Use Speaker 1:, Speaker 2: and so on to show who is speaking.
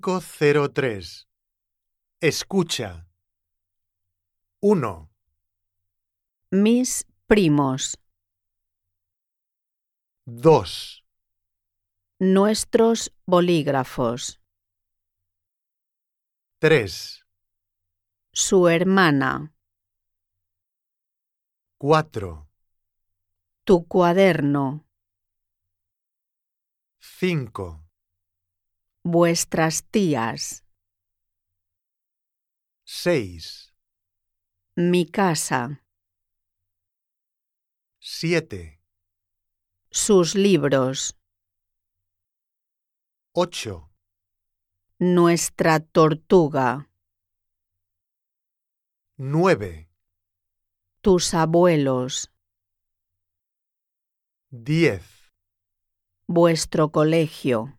Speaker 1: 503. Escucha. 1,
Speaker 2: Mis primos,
Speaker 1: 2,
Speaker 2: nuestros bolígrafos,
Speaker 1: 3,
Speaker 2: su hermana,
Speaker 1: 4,
Speaker 2: tu cuaderno,
Speaker 1: 5,
Speaker 2: vuestras tías,
Speaker 1: 6,
Speaker 2: mi casa,
Speaker 1: 7,
Speaker 2: sus libros,
Speaker 1: 8,
Speaker 2: nuestra tortuga,
Speaker 1: 9,
Speaker 2: tus abuelos,
Speaker 1: 10.
Speaker 2: vuestro colegio,